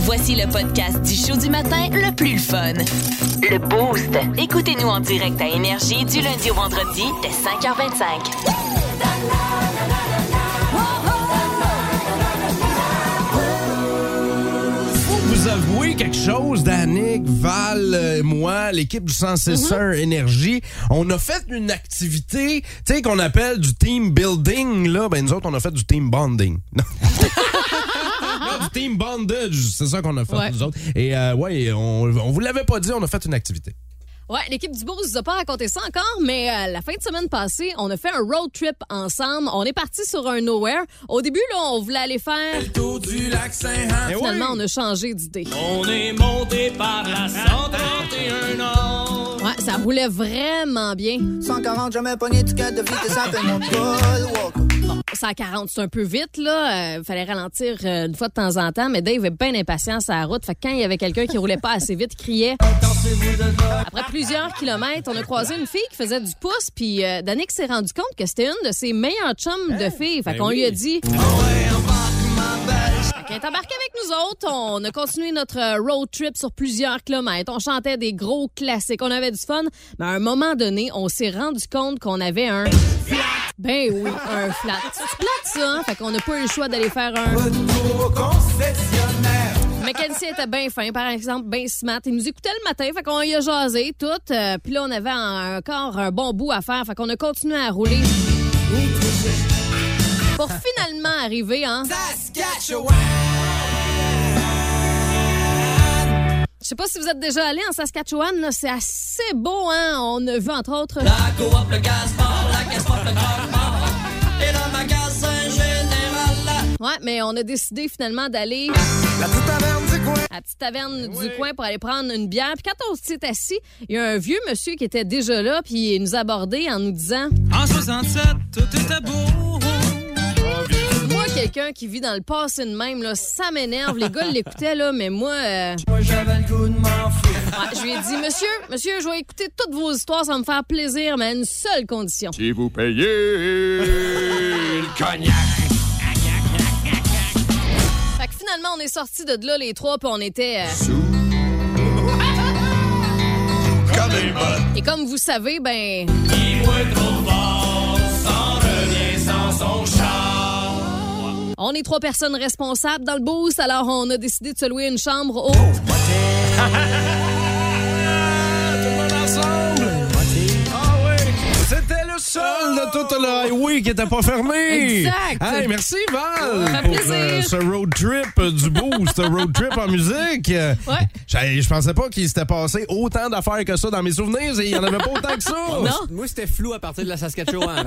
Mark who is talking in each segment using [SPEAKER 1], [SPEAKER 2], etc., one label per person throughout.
[SPEAKER 1] Voici le podcast du show du matin le plus fun. Le Boost. Écoutez-nous en direct à Énergie du lundi au vendredi dès 5h25.
[SPEAKER 2] Faut vous avouer quelque chose, Danick, Val, euh, moi, l'équipe du 161
[SPEAKER 3] Mhm.
[SPEAKER 2] Énergie. On a fait une activité, tu sais, qu'on appelle du team building, là. Ben, nous autres, on a fait du team bonding. Non. Non, du team bondage, c'est ça qu'on a fait,
[SPEAKER 3] Ouais.
[SPEAKER 2] nous autres. Et, euh, ouais, on, on vous l'avait pas dit, on a fait une activité.
[SPEAKER 3] Ouais, l'équipe du Bourg nous a pas raconté ça encore, mais euh, la fin de semaine passée, on a fait un road trip ensemble. On est parti sur un nowhere. Au début, là, on voulait aller faire.
[SPEAKER 2] Eh ouais.
[SPEAKER 3] Finalement, on a changé d'idée.
[SPEAKER 4] On est monté par la 131 ans.
[SPEAKER 3] Ouais, ça roulait vraiment bien.
[SPEAKER 5] 140, jamais pogné de ticket de vitesse, appelle mon Paul
[SPEAKER 3] Bon, 140, c'est un peu vite, là. Euh, fallait ralentir euh, une fois de temps en temps, mais Dave est bien impatient sur la route. Fait que quand il y avait quelqu'un qui roulait pas assez vite, il criait. Après plusieurs kilomètres, on a croisé une fille qui faisait du pouce, puis euh, Danick s'est rendu compte que c'était une de ses meilleures chums de filles. Fait qu'on lui a dit. Fait qu'elle est embarquée avec nous autres. On a continué notre euh, road trip sur plusieurs kilomètres. On chantait des gros classiques. On avait du fun. Mais à un moment donné, on s'est rendu compte qu'on avait un. Ben oui, un flat. C'est plate, ça, hein? Fait qu'on n'a pas eu le choix d'aller faire un. Le mécanicien était bien fin, par exemple, bien smart. Il nous écoutait le matin, fait qu'on y a jasé tout. Euh, Puis là, on avait en- encore un bon bout à faire, fait qu'on a continué à rouler. Pour finalement arriver hein? en... Je sais pas si vous êtes déjà allé en Saskatchewan, là, c'est assez beau, hein? On a vu, entre autres...
[SPEAKER 4] La coop, le gaspard, la gaspard, le grand mort. Et le magasin général.
[SPEAKER 3] Ouais, mais on a décidé finalement d'aller...
[SPEAKER 5] La petite taverne du coin.
[SPEAKER 3] à la petite taverne du coin pour aller prendre une bière. Puis quand on s'est assis, il y a un vieux monsieur qui était déjà là, puis il nous a abordé en nous disant
[SPEAKER 4] En 67, tout était beau.
[SPEAKER 3] Moi, quelqu'un qui vit dans le passé de même, là, ça m'énerve. Les gars l'écoutaient, là, mais moi. euh,
[SPEAKER 4] Moi j'avais le goût de m'en foutre.
[SPEAKER 3] ouais, je lui ai dit Monsieur, monsieur, je vais écouter toutes vos histoires, ça va me faire plaisir, mais à une seule condition.
[SPEAKER 6] Si vous payez le cognac.
[SPEAKER 3] Fait que finalement, on est sortis de là, les trois, puis on était. euh, Et comme vous savez, ben.
[SPEAKER 4] Il voit trop fort, s'en revient sans son char.
[SPEAKER 3] On est trois personnes responsables dans le boost, alors on a décidé de se louer une chambre au.
[SPEAKER 4] Oh
[SPEAKER 2] C'était le seul de tout le highway qui était pas fermé.
[SPEAKER 3] Exact.
[SPEAKER 2] Hey, merci Val
[SPEAKER 3] Ça fait
[SPEAKER 2] pour
[SPEAKER 3] plaisir.
[SPEAKER 2] euh, ce road trip euh, du boost, ce road trip en musique. Euh,
[SPEAKER 3] Ouais.
[SPEAKER 2] j'ai- Je pensais pas qu'il s'était passé autant d'affaires que ça dans mes souvenirs et il y en avait pas autant que ça.
[SPEAKER 3] Non?
[SPEAKER 7] Moi, c'était flou à partir de la Saskatchewan.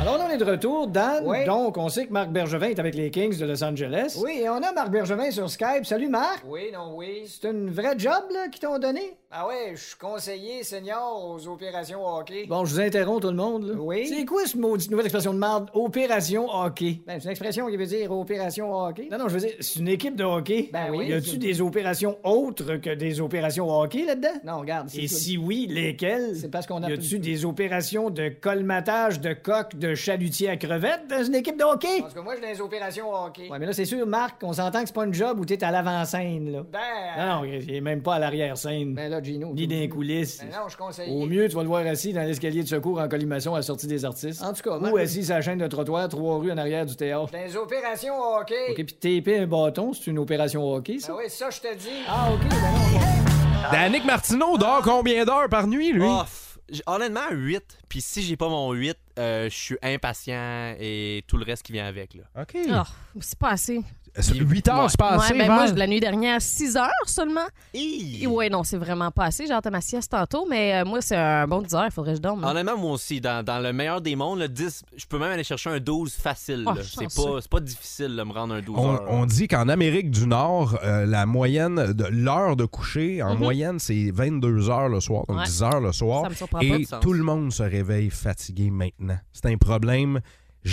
[SPEAKER 8] Alors, là, on est de retour, Dan.
[SPEAKER 5] Oui.
[SPEAKER 8] Donc, on sait que Marc Bergevin est avec les Kings de Los Angeles.
[SPEAKER 5] Oui, et on a Marc Bergevin sur Skype. Salut, Marc.
[SPEAKER 9] Oui, non, oui.
[SPEAKER 5] C'est une vraie job, là, qu'ils t'ont donné?
[SPEAKER 9] Ah ouais, je suis conseiller senior aux opérations hockey.
[SPEAKER 8] Bon, je vous interromps, tout le monde. là.
[SPEAKER 9] Oui.
[SPEAKER 8] C'est quoi ce maudite nouvelle expression de merde? Opération hockey.
[SPEAKER 9] Ben, c'est une expression qui veut dire opération hockey.
[SPEAKER 8] Non, non, je veux dire, c'est une équipe de hockey.
[SPEAKER 9] Ben oui.
[SPEAKER 8] Y a-tu des opérations autres que des opérations hockey là-dedans?
[SPEAKER 9] Non, regarde,
[SPEAKER 8] Et
[SPEAKER 9] tout.
[SPEAKER 8] si oui, lesquelles?
[SPEAKER 9] C'est parce qu'on a
[SPEAKER 8] Y a-tu des opérations de colmatage, de coq, de chalutier à crevettes dans une équipe de hockey?
[SPEAKER 9] Parce que moi, je suis dans les opérations hockey.
[SPEAKER 8] Ouais, mais là, c'est sûr, Marc, on s'entend que c'est pas une job où t'es à l'avant-scène, là.
[SPEAKER 9] Ben,
[SPEAKER 8] Non, non, il est même pas à l'arrière-scène.
[SPEAKER 9] ben là, Gino.
[SPEAKER 8] ni
[SPEAKER 9] tout-
[SPEAKER 8] dans les coulisses.
[SPEAKER 9] Ben non, je suis conseiller.
[SPEAKER 8] Au mieux, tu vas le voir assis dans l'escalier de secours en collimation à la sortie des artistes.
[SPEAKER 9] En tout cas,
[SPEAKER 8] Ou assis sur la chaîne de trottoir, trois rues en arrière du théâtre.
[SPEAKER 9] Dans les opérations hockey.
[SPEAKER 8] OK, puis taper un bâton, c'est une opération hockey, ça?
[SPEAKER 9] Ben oui, ça, je te dis.
[SPEAKER 8] Ah, OK, ben non.
[SPEAKER 2] Danick Martineau dort combien d'heures par nuit, lui?
[SPEAKER 3] Ah.
[SPEAKER 7] Off. J- Honnêtement, 8. Puis si j'ai pas mon 8, euh, je suis impatient et tout le reste qui vient avec. Là.
[SPEAKER 2] OK.
[SPEAKER 3] Oh, c'est pas assez.
[SPEAKER 2] 8 heures, c'est pas assez,
[SPEAKER 3] ouais, ben moi,
[SPEAKER 2] Val.
[SPEAKER 3] je- la nuit dernière, 6 heures seulement.
[SPEAKER 7] Hi!
[SPEAKER 3] Et ouais, non, c'est vraiment pas assez. J'ai hâte à ma sieste tantôt, mais euh, moi, c'est un bon 10 heures. Il faudrait que je dorme. hein. là.
[SPEAKER 7] Honnêtement, moi aussi, dans, dans le meilleur des mondes, le 10, je peux même aller chercher un 12 facile.
[SPEAKER 3] Oh,
[SPEAKER 7] là. c'est,
[SPEAKER 3] chanceux.
[SPEAKER 7] pas, c'est pas difficile de me rendre un 12
[SPEAKER 2] On,
[SPEAKER 3] euh,
[SPEAKER 7] heures.
[SPEAKER 2] on dit qu'en Amérique du Nord, euh, la moyenne de l'heure de coucher, en moyenne, c'est 22 heures le soir, donc
[SPEAKER 3] Mhm. Ouais.
[SPEAKER 2] 10 heures le soir.
[SPEAKER 3] Ça me surprend pas.
[SPEAKER 2] Et
[SPEAKER 7] de sens.
[SPEAKER 2] tout le monde se réveille fatigué maintenant. C'est un problème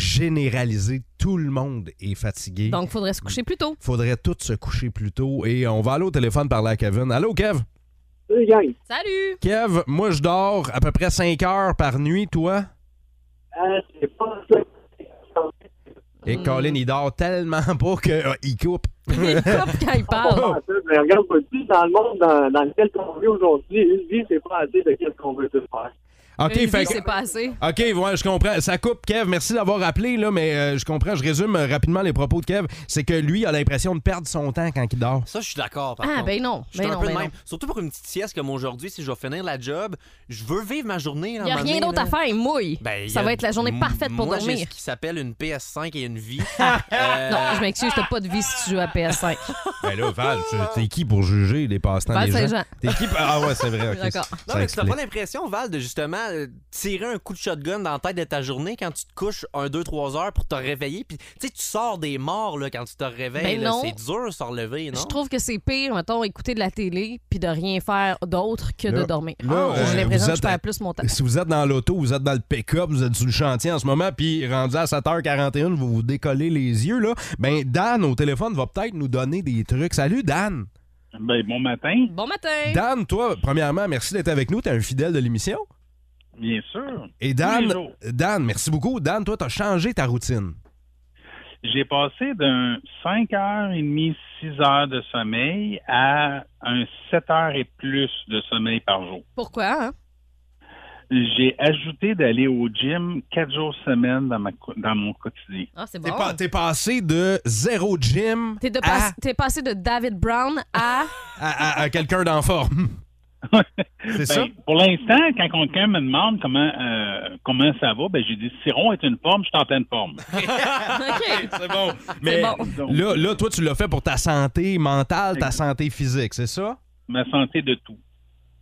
[SPEAKER 2] généralisé. Tout le monde est fatigué.
[SPEAKER 3] Donc, faudrait se coucher plus tôt.
[SPEAKER 2] Faudrait tous se coucher plus tôt. Et on va aller au téléphone parler à Kevin. Allô, Kev?
[SPEAKER 3] Salut!
[SPEAKER 2] Kev, moi, je dors à peu près 5 heures par nuit, toi? Et
[SPEAKER 3] Hmm.
[SPEAKER 2] Colin, il dort tellement pas qu'il coupe.
[SPEAKER 3] Il coupe quand il
[SPEAKER 7] Oh,
[SPEAKER 2] Oh.
[SPEAKER 3] parle.
[SPEAKER 10] Ah, Mais regarde pas dit, dans le monde dans, dans lequel on vit aujourd'hui, une vie, c'est pas assez de qu'est-ce qu'on veut tout faire.
[SPEAKER 2] OK,
[SPEAKER 3] Une
[SPEAKER 2] fait
[SPEAKER 3] vie,
[SPEAKER 2] que-
[SPEAKER 3] c'est pas assez.
[SPEAKER 2] OK, ouais, je comprends. Ça coupe, Kev. Merci d'avoir appelé, là, mais euh, je comprends. Je résume euh, rapidement les propos de Kev. C'est que lui a l'impression de perdre son temps quand il dort.
[SPEAKER 7] Ça, je suis d'accord. par
[SPEAKER 3] Ah,
[SPEAKER 7] contre.
[SPEAKER 3] ben non.
[SPEAKER 7] Je suis
[SPEAKER 3] Ben
[SPEAKER 7] un
[SPEAKER 3] non,
[SPEAKER 7] peu
[SPEAKER 3] ben
[SPEAKER 7] de
[SPEAKER 3] non.
[SPEAKER 7] même. Surtout pour une petite sieste comme aujourd'hui, si je vais finir la job, je veux vivre ma journée.
[SPEAKER 3] Il n'y a rien d'autre à faire, il mouille.
[SPEAKER 7] Ben,
[SPEAKER 3] ça va être la journée parfaite pour
[SPEAKER 7] moi, J'ai
[SPEAKER 3] dormir.
[SPEAKER 7] ce qui s'appelle une PS5 et une vie. Euh,
[SPEAKER 3] Non, je m'excuse, t'as pas de vie si tu joues à PS5.
[SPEAKER 2] Ben là, Val, tu- t'es qui pour juger les passe-temps
[SPEAKER 3] Val
[SPEAKER 2] des gens?
[SPEAKER 3] Saint-Jean.
[SPEAKER 2] T'es qui? pour- Ah ouais, c'est vrai. ok.
[SPEAKER 3] D'accord.
[SPEAKER 2] Ça
[SPEAKER 7] Non, mais tu n'as
[SPEAKER 2] explique.
[SPEAKER 7] pas l'impression, Val, de justement euh, tirer un coup de shotgun dans la tête de ta journée quand tu te couches un, deux, trois heures pour te réveiller. Puis, tu sais, tu sors des morts là, quand tu te réveilles.
[SPEAKER 3] Ben
[SPEAKER 7] là.
[SPEAKER 3] non.
[SPEAKER 7] C'est dur de se relever, non?
[SPEAKER 3] Je trouve que c'est pire, mettons, écouter de la télé puis de rien faire d'autre que
[SPEAKER 2] Là,
[SPEAKER 3] de dormir.
[SPEAKER 2] là,
[SPEAKER 3] Ah,
[SPEAKER 2] euh,
[SPEAKER 3] J'ai l'impression
[SPEAKER 2] vous
[SPEAKER 3] que je
[SPEAKER 2] êtes-
[SPEAKER 3] perds plus mon temps.
[SPEAKER 2] Si vous êtes dans l'auto, vous êtes dans le pick-up, vous êtes sur le chantier en ce moment, puis rendu à 7h41, vous vous décollez les yeux, là. Ben, Dan, au téléphone, va peut-être nous donner des trucs. Salut, Dan!
[SPEAKER 10] Ben, bon matin,
[SPEAKER 3] Bon matin!
[SPEAKER 2] Dan, toi, premièrement, merci d'être avec nous. T'es un fidèle de l'émission.
[SPEAKER 10] bien sûr.
[SPEAKER 2] Et
[SPEAKER 10] les
[SPEAKER 2] Dan,
[SPEAKER 10] jours.
[SPEAKER 2] Dan, merci beaucoup. Dan, toi, t'as changé ta routine.
[SPEAKER 10] J'ai passé d'un 5h30, 6 heures de sommeil à un 7 heures et plus de sommeil par jour.
[SPEAKER 3] Pourquoi? hein?
[SPEAKER 10] J'ai ajouté d'aller au gym 4 jours semaine dans, ma, co- dans mon quotidien.
[SPEAKER 3] Ah, c'est
[SPEAKER 2] T'es
[SPEAKER 3] bon.
[SPEAKER 2] pas- Ah. t'es passé de zéro gym
[SPEAKER 3] T'es de
[SPEAKER 2] à,
[SPEAKER 3] pas- t'es passé de David Brown à.
[SPEAKER 2] à- à- à quelqu'un d'en forme. C'est ça?
[SPEAKER 10] Ben, pour l'instant, quand quelqu'un me demande comment, euh, comment ça va, ben, j'ai dit Siron est une forme, je suis en pleine forme.
[SPEAKER 3] OK.
[SPEAKER 2] C'est bon.
[SPEAKER 3] C'est
[SPEAKER 2] Mais
[SPEAKER 3] bon.
[SPEAKER 10] Donc,
[SPEAKER 2] là, là, toi, tu l'as fait pour ta santé mentale, ta santé physique, c'est ça?
[SPEAKER 10] ma santé de tout.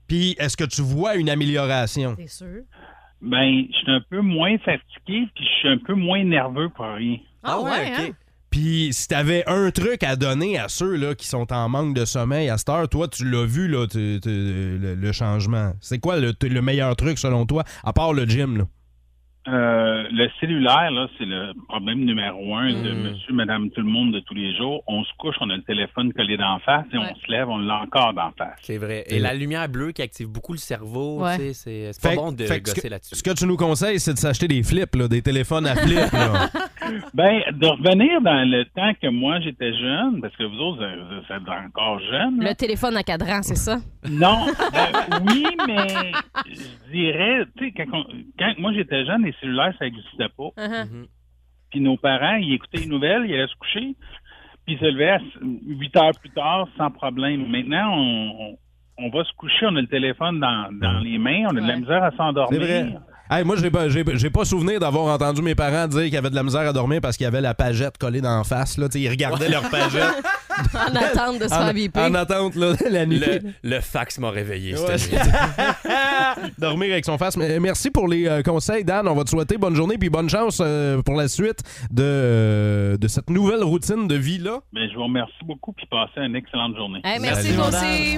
[SPEAKER 2] Puis, est-ce que tu vois une amélioration?
[SPEAKER 3] T'es sûr?
[SPEAKER 10] Ben, je suis un peu moins fatigué, puis je suis un peu moins nerveux pour rien.
[SPEAKER 3] Ah, ouais,
[SPEAKER 7] ok.
[SPEAKER 3] hein?
[SPEAKER 2] Puis, si t'avais un truc à donner à ceux là, qui sont en manque de sommeil à cette heure, toi, tu l'as vu, là, tu- tu- le, le changement. C'est quoi le, le meilleur truc, selon toi, à part le gym? Là?
[SPEAKER 10] Euh, le cellulaire, là, c'est le problème numéro un de
[SPEAKER 7] Mm.
[SPEAKER 10] monsieur, madame, tout le monde de tous les jours. On se couche, on a le téléphone collé d'en face et
[SPEAKER 3] Ouais.
[SPEAKER 10] on se lève, on l'a encore d'en face.
[SPEAKER 7] C'est vrai. Et la lumière bleue qui active beaucoup le cerveau,
[SPEAKER 3] Ouais.
[SPEAKER 7] tu sais, c'est c'est pas
[SPEAKER 2] Fait-
[SPEAKER 7] bon de
[SPEAKER 2] fait que ce
[SPEAKER 7] gosser
[SPEAKER 2] que-
[SPEAKER 7] là-dessus.
[SPEAKER 2] Ce que tu nous conseilles, c'est de s'acheter des flips, là, des téléphones à flip. là.
[SPEAKER 10] Ben, de revenir dans le temps que moi j'étais jeune, parce que vous autres, euh, vous êtes encore jeunes. là.
[SPEAKER 3] Le téléphone à cadran, c'est ça?
[SPEAKER 10] Non, ben, oui, mais je dirais, tu sais, quand, on- quand moi j'étais jeune, les cellulaires, ça n'existait pas.
[SPEAKER 3] Uh-huh.
[SPEAKER 10] Puis nos parents, ils écoutaient les nouvelles, ils allaient se coucher, puis ils se levaient à s- huit heures plus tard sans problème. Maintenant, on, on, on va se coucher, on a le téléphone dans, dans les mains, on a de la
[SPEAKER 3] Ouais.
[SPEAKER 10] misère à
[SPEAKER 2] C'est vrai.
[SPEAKER 10] s'endormir.
[SPEAKER 2] Hey, moi, j'ai pas, j'ai- j'ai pas souvenir d'avoir entendu mes parents dire qu'ils avaient de la misère à dormir parce qu'il y avait la pagette collée d'en face. Là. Tu sais, Ils regardaient leur pagette
[SPEAKER 3] En attente de se faire
[SPEAKER 2] en, en
[SPEAKER 3] biper.
[SPEAKER 2] attente là, de la nuit.
[SPEAKER 7] fax m'a réveillé
[SPEAKER 2] Ouais. Dormir avec son face. Mais, euh, Merci pour les euh, conseils, Dan. On va te souhaiter bonne journée puis bonne chance euh, pour la suite de, euh, de cette nouvelle routine de vie-là.
[SPEAKER 10] Ben, je vous remercie beaucoup, puis passez une excellente journée.
[SPEAKER 3] Hey, merci,
[SPEAKER 2] Salut.
[SPEAKER 3] toi aussi.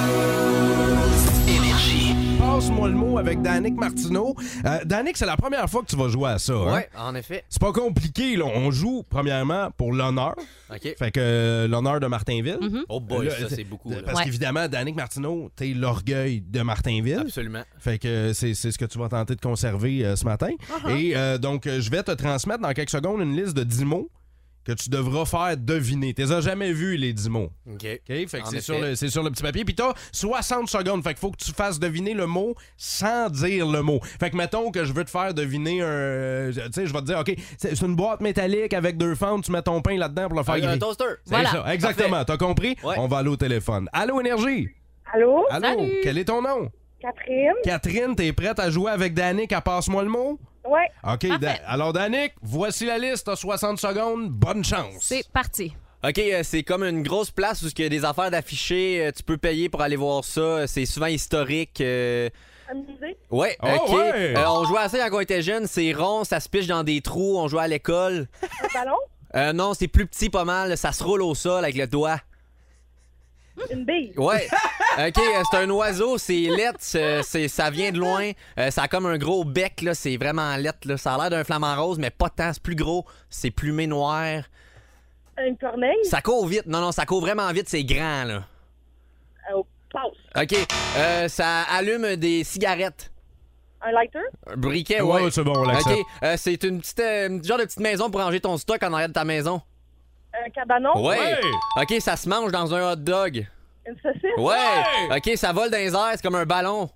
[SPEAKER 2] Passe-moi le mot avec Danick Martineau. Euh, Danick, c'est la première fois que tu vas jouer à ça. hein?
[SPEAKER 7] Ouais, en effet.
[SPEAKER 2] C'est pas compliqué. là. On joue, premièrement, pour l'honneur.
[SPEAKER 7] OK.
[SPEAKER 2] Fait que euh, l'honneur de Martinville.
[SPEAKER 7] Oh boy,
[SPEAKER 2] Là,
[SPEAKER 7] ça, c'est beaucoup. là.
[SPEAKER 2] Parce
[SPEAKER 3] Ouais.
[SPEAKER 2] qu'évidemment, Danick Martineau, t'es l'orgueil de Martinville.
[SPEAKER 7] Absolument.
[SPEAKER 2] Fait que euh, c'est c'est ce que tu vas tenter de conserver euh, ce matin. Et euh, donc, euh, je vais te transmettre dans quelques secondes une liste de 10 mots que tu devras faire deviner. Tu les as jamais vus, les 10 mots.
[SPEAKER 7] OK.
[SPEAKER 2] OK? Fait que
[SPEAKER 7] En
[SPEAKER 2] c'est
[SPEAKER 7] effet.
[SPEAKER 2] sur, le- c'est sur le petit papier. Puis t'as 60 secondes. Fait qu'il faut que tu fasses deviner le mot sans dire le mot. Fait que mettons que je veux te faire deviner un. euh, tu sais, je vais te dire, OK, c'est c'est une boîte métallique avec deux fentes, tu mets ton pain là-dedans pour le faire
[SPEAKER 7] Ah, il y a un
[SPEAKER 2] griller.
[SPEAKER 7] toaster.
[SPEAKER 2] C'est
[SPEAKER 3] Voilà.
[SPEAKER 2] ça, exactement. T'as compris?
[SPEAKER 7] Ouais.
[SPEAKER 2] On va aller au téléphone. Allô, Énergie?
[SPEAKER 11] Allô,
[SPEAKER 2] Allô?
[SPEAKER 3] Salut.
[SPEAKER 2] Quel est ton nom?
[SPEAKER 11] Catherine?
[SPEAKER 2] Catherine, t'es prête à jouer avec Danick à Passe-moi le mot?
[SPEAKER 11] Ouais.
[SPEAKER 2] OK, Dan- alors Danick, voici la liste, t'as 60 secondes, bonne chance.
[SPEAKER 3] C'est parti.
[SPEAKER 7] OK, euh, c'est comme une grosse place où il y a des affaires d'affichés. euh, Tu peux payer pour aller voir ça. euh, C'est souvent historique. euh,
[SPEAKER 11] Amusée?
[SPEAKER 7] Ouais,
[SPEAKER 2] Oh,
[SPEAKER 7] OK.
[SPEAKER 2] ouais.
[SPEAKER 7] Euh, on jouait à ça quand on était jeune. C'est rond, ça se piche dans des trous. On jouait à l'école.
[SPEAKER 11] Un ballon?
[SPEAKER 7] Euh, non, c'est plus petit, pas mal. Ça se roule au sol avec le doigt.
[SPEAKER 11] Une bille?
[SPEAKER 7] Ouais. OK, euh, c'est un oiseau, c'est lettre, c'est- c'est- ça vient de loin. Euh, ça a comme un gros bec, là, c'est vraiment lettre. Là. Ça a l'air d'un flamant rose, mais pas tant, c'est plus gros. C'est plumé noir.
[SPEAKER 11] Une corneille?
[SPEAKER 7] Ça court vite. Non, non, ça court vraiment vite. C'est grand, là.
[SPEAKER 11] Euh, passe.
[SPEAKER 7] OK. Euh, ça allume des cigarettes.
[SPEAKER 11] Un lighter?
[SPEAKER 7] Un briquet, ouais.
[SPEAKER 2] Ouais, c'est bon, on l'accepte.
[SPEAKER 7] OK. Euh, c'est une petite, euh, une- genre de petite maison pour ranger ton stock en arrière de ta maison.
[SPEAKER 11] Un cabanon?
[SPEAKER 7] Ouais. OK, ça se mange dans un hot dog.
[SPEAKER 11] Une saucisse?
[SPEAKER 7] Ouais. OK, ça vole dans les airs. C'est comme un ballon.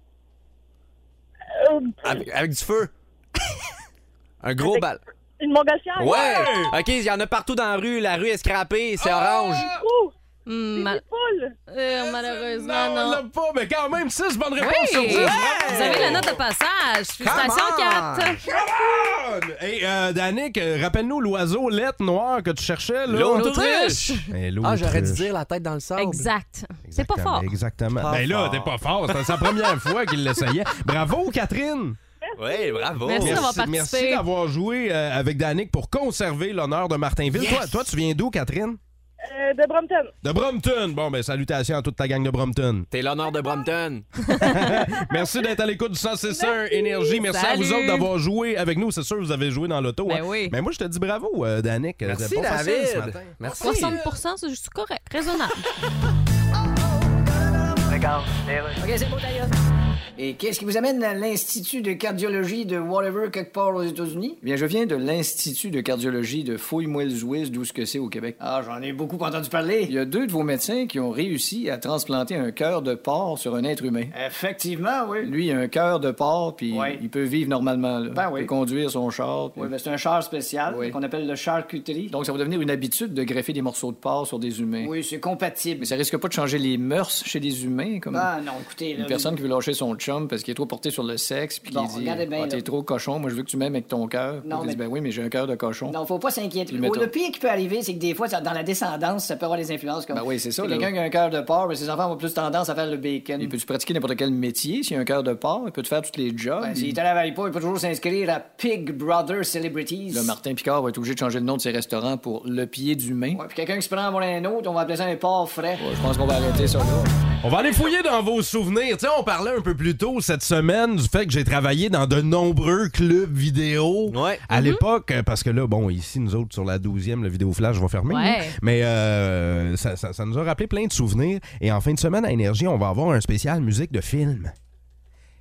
[SPEAKER 11] Euh,
[SPEAKER 7] Avec, avec du feu. un gros ballon.
[SPEAKER 11] une montgolfière?
[SPEAKER 7] Ouais. OK, il y en a partout dans la rue. La rue est scrapée. C'est orange.
[SPEAKER 11] Ouh!
[SPEAKER 3] mal- Hmm, Euh, malheureusement,
[SPEAKER 2] On l'a
[SPEAKER 3] non.
[SPEAKER 2] pas, mais quand même, 6 bonnes réponses
[SPEAKER 3] Oui!
[SPEAKER 2] sur 10.
[SPEAKER 3] Vous avez la note de passage. Félicitations,
[SPEAKER 2] Come on!
[SPEAKER 3] Kat.
[SPEAKER 2] Come on! Hey, euh, Danick, euh, rappelle-nous l'oiseau lettre noir que tu cherchais. là.
[SPEAKER 7] L'autruche.
[SPEAKER 2] Eh,
[SPEAKER 7] Ah,
[SPEAKER 2] l'autruche.
[SPEAKER 7] j'aurais dû dire la tête dans le sable.
[SPEAKER 3] Exact. C'est pas fort.
[SPEAKER 2] Exactement.
[SPEAKER 7] Pas
[SPEAKER 2] ben là,
[SPEAKER 7] fort.
[SPEAKER 2] t'es pas fort. C'était sa première fois qu'il l'essayait. Bravo, Catherine!
[SPEAKER 7] Oui, bravo.
[SPEAKER 3] Merci d'avoir
[SPEAKER 2] Merci-
[SPEAKER 3] participé.
[SPEAKER 2] Merci d'avoir joué euh, avec Danick pour conserver l'honneur de Martinville.
[SPEAKER 7] Yes!
[SPEAKER 2] Toi, toi, tu viens d'où, Catherine?
[SPEAKER 11] Euh, de Brompton.
[SPEAKER 2] De Brompton. Bon, ben salutations à toute ta gang de Brompton.
[SPEAKER 7] T'es l'honneur de Brompton.
[SPEAKER 2] Merci d'être à l'écoute du 161 Énergie. Merci à vous
[SPEAKER 3] Salut.
[SPEAKER 2] autres d'avoir joué avec nous. C'est sûr, vous avez joué dans l'auto.
[SPEAKER 3] Ben
[SPEAKER 2] hein.
[SPEAKER 3] oui.
[SPEAKER 2] Mais moi, je te dis bravo, euh, Danick.
[SPEAKER 7] Merci,
[SPEAKER 2] C'était pas facile
[SPEAKER 7] David.
[SPEAKER 2] ce matin.
[SPEAKER 7] Merci.
[SPEAKER 3] 60 c'est juste correct, raisonnable.
[SPEAKER 9] Et qu'est-ce qui vous amène à l'Institut de cardiologie de whatever quelque part aux États-Unis?
[SPEAKER 5] Bien, je viens de l'Institut de cardiologie de Fouille-Moelle Zouiz, d'où ce que c'est au Québec.
[SPEAKER 9] Ah, j'en ai beaucoup entendu
[SPEAKER 5] Il
[SPEAKER 9] parler.
[SPEAKER 5] y a deux de vos médecins qui ont réussi à transplanter un cœur de porc sur un être humain.
[SPEAKER 9] Effectivement, oui.
[SPEAKER 5] Lui, il a un cœur de porc, puis
[SPEAKER 9] Ouais.
[SPEAKER 5] il peut vivre normalement. là.
[SPEAKER 9] Ben oui.
[SPEAKER 5] Il peut conduire son char. puis-
[SPEAKER 9] Oui, ben c'est un char spécial
[SPEAKER 5] Oui.
[SPEAKER 9] qu'on appelle le charcuterie.
[SPEAKER 5] Donc, ça va devenir une habitude de greffer des morceaux de porc sur des humains.
[SPEAKER 9] oui, c'est compatible.
[SPEAKER 5] Mais ça risque pas de changer les mœurs chez les humains, comme
[SPEAKER 9] Ah non, écoutez, là,
[SPEAKER 5] une personne qui veut lâcher son chum parce qu'il est trop porté sur le sexe, puis
[SPEAKER 9] Bon,
[SPEAKER 5] qui dit
[SPEAKER 9] regardez bien,
[SPEAKER 5] Ah,
[SPEAKER 9] là.
[SPEAKER 5] t'es trop cochon, moi je veux que tu m'aimes avec ton cœur. Puis
[SPEAKER 9] Non,
[SPEAKER 5] il dit
[SPEAKER 9] mais-
[SPEAKER 5] Ben oui, mais j'ai un cœur de cochon.
[SPEAKER 9] Non, faut pas s'inquiéter.
[SPEAKER 5] Puis mettons-
[SPEAKER 9] le pire qui peut arriver, c'est que des fois, ça- dans la descendance, ça peut avoir des influences comme.
[SPEAKER 5] Ben oui, c'est ça,
[SPEAKER 9] Si
[SPEAKER 5] là.
[SPEAKER 9] Quelqu'un qui a un cœur de porc, ben, ses enfants ont plus tendance à faire le bacon. Ben,
[SPEAKER 5] Il peut-tu pratiquer n'importe quel métier s'il a un cœur de porc? Il peut-tu faire tous les jobs?
[SPEAKER 9] Ben,
[SPEAKER 5] Il-
[SPEAKER 9] S'il travaille pas, il peut toujours s'inscrire à Pig Brother Celebrities.
[SPEAKER 5] Là, Martin Picard va être obligé de changer le nom de ses restaurants pour Le Pied d'Humain.
[SPEAKER 9] Ouais, puis quelqu'un qui se prend pour un autre, on va appeler ça un porc frais.
[SPEAKER 5] Ouais, je pense qu'on va arrêter ça là.
[SPEAKER 2] On va aller fouiller dans vos souvenirs. Tu sais, on parlait un peu plus tôt cette semaine du fait que j'ai travaillé dans de nombreux clubs vidéo.
[SPEAKER 7] Ouais.
[SPEAKER 2] À l'époque, euh, parce que là, bon, ici, nous autres, sur la 12e, le vidéo flash va fermer.
[SPEAKER 3] Ouais.
[SPEAKER 2] là. Mais euh, ça, ça- ça nous a rappelé plein de souvenirs. Et en fin de semaine, à Énergie, on va avoir un spécial musique de film.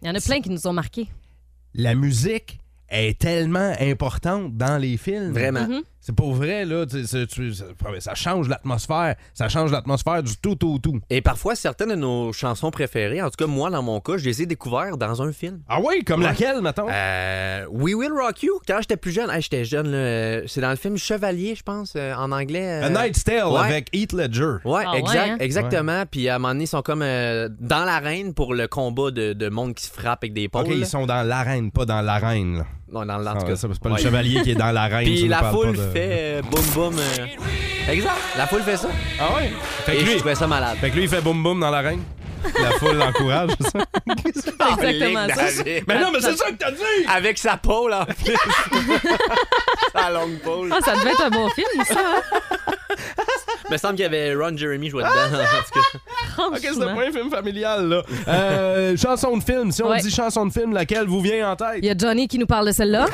[SPEAKER 3] Il y en a plein qui nous ont marqués.
[SPEAKER 2] La musique est tellement importante dans les films.
[SPEAKER 7] Vraiment.
[SPEAKER 3] Mhm.
[SPEAKER 2] C'est pour vrai, là. tu- tu- tu- ça, ça change l'atmosphère. Ça change l'atmosphère du tout au tout.
[SPEAKER 7] Et parfois, certaines de nos chansons préférées, en tout cas moi dans mon cas, je les ai découvertes dans un film.
[SPEAKER 2] Ah oui, comme laquelle, mettons?
[SPEAKER 7] Euh, We Will Rock You, quand j'étais plus jeune, hey, j'étais jeune, là, euh, c'est dans le film Chevalier, je pense, euh, en anglais. euh,
[SPEAKER 2] A Night's Tale
[SPEAKER 7] ouais.
[SPEAKER 2] avec Heath Ledger.
[SPEAKER 7] Ouais,
[SPEAKER 3] Ah
[SPEAKER 7] exact,
[SPEAKER 3] ouais, hein?
[SPEAKER 7] exactement. Puis à un moment donné, ils sont comme euh, dans l'arène pour le combat de, de monde qui se frappe avec des pôles.
[SPEAKER 2] OK, ils sont dans l'arène, pas dans l'arène. là.
[SPEAKER 7] Non, dans le en
[SPEAKER 2] Ah,
[SPEAKER 7] tout cas.
[SPEAKER 2] ça, c'est pas
[SPEAKER 7] Ouais.
[SPEAKER 2] le chevalier qui est dans l'arène. ça
[SPEAKER 7] Puis
[SPEAKER 2] nous
[SPEAKER 7] la
[SPEAKER 2] parle pas
[SPEAKER 7] foule
[SPEAKER 2] de-
[SPEAKER 7] fait euh, boum boum. euh, Exact, la foule fait ça.
[SPEAKER 2] Ah ouais? Fait
[SPEAKER 7] Et
[SPEAKER 2] que,
[SPEAKER 7] je
[SPEAKER 2] lui,
[SPEAKER 7] trouvais ça malade.
[SPEAKER 2] fait que lui, il fait boum boum dans l'arène. La foule l'encourage, c'est ça?
[SPEAKER 3] Exactement ça.
[SPEAKER 2] Mais non, mais c'est ça que t'as dit!
[SPEAKER 7] Avec sa pôle en plus. sa longue pôle.
[SPEAKER 3] Ah, ça devait être un bon film, ça. hein?
[SPEAKER 7] Il me semble qu'il y avait Ron Jeremy
[SPEAKER 3] Ah,
[SPEAKER 7] jouait dedans. en tout cas.
[SPEAKER 3] Oh,
[SPEAKER 2] Ok, c'était
[SPEAKER 3] Franchement.
[SPEAKER 2] pas un film familial, là. Euh, chanson de film. Si on
[SPEAKER 3] Ouais.
[SPEAKER 2] dit chanson de film, laquelle vous vient en tête?
[SPEAKER 3] Il y a Johnny qui nous parle de celle-là.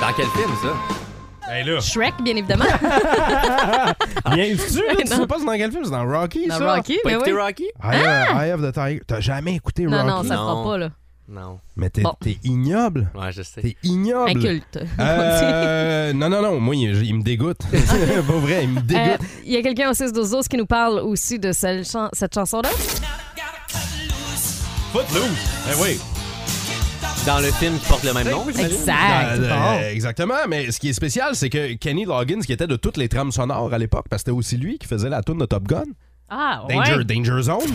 [SPEAKER 7] Dans quel film ça?
[SPEAKER 2] Ben là.
[SPEAKER 3] Shrek, bien évidemment.
[SPEAKER 2] Viens-tu, là? Tu
[SPEAKER 3] Non.
[SPEAKER 2] sais pas c'est dans quel film? C'est dans Rocky,
[SPEAKER 3] Dans
[SPEAKER 2] ça?
[SPEAKER 3] Rocky,
[SPEAKER 7] Pas
[SPEAKER 3] mais
[SPEAKER 7] écouté
[SPEAKER 3] Ben oui.
[SPEAKER 7] Rocky?
[SPEAKER 2] Eye of- Eye of the Tiger. T'as jamais écouté
[SPEAKER 3] Non,
[SPEAKER 2] Rocky?
[SPEAKER 3] non, ça
[SPEAKER 7] Non.
[SPEAKER 3] fera pas, là.
[SPEAKER 7] Non.
[SPEAKER 2] Mais t'es
[SPEAKER 3] Bon.
[SPEAKER 2] t'es ignoble.
[SPEAKER 7] Ouais, je sais.
[SPEAKER 2] T'es ignoble.
[SPEAKER 3] Inculte.
[SPEAKER 2] Euh, non, non, non. Moi, il, il me dégoûte. C'est pas vrai, il me
[SPEAKER 3] Euh,
[SPEAKER 2] dégoûte.
[SPEAKER 3] Il y a quelqu'un au 6 12 qui nous parle aussi de celle- chan- cette chanson-là. Euh,
[SPEAKER 2] Footloose. Ben oui.
[SPEAKER 7] Dans le film qui porte le même nom?
[SPEAKER 3] Exact.
[SPEAKER 2] Euh,
[SPEAKER 3] Bon.
[SPEAKER 2] euh, exactement. Mais ce qui est spécial, c'est que Kenny Loggins, qui était de toutes les trames sonores à l'époque, parce que c'était aussi lui qui faisait la tune de Top Gun.
[SPEAKER 3] Ah, ouais.
[SPEAKER 2] Danger, Danger Zone.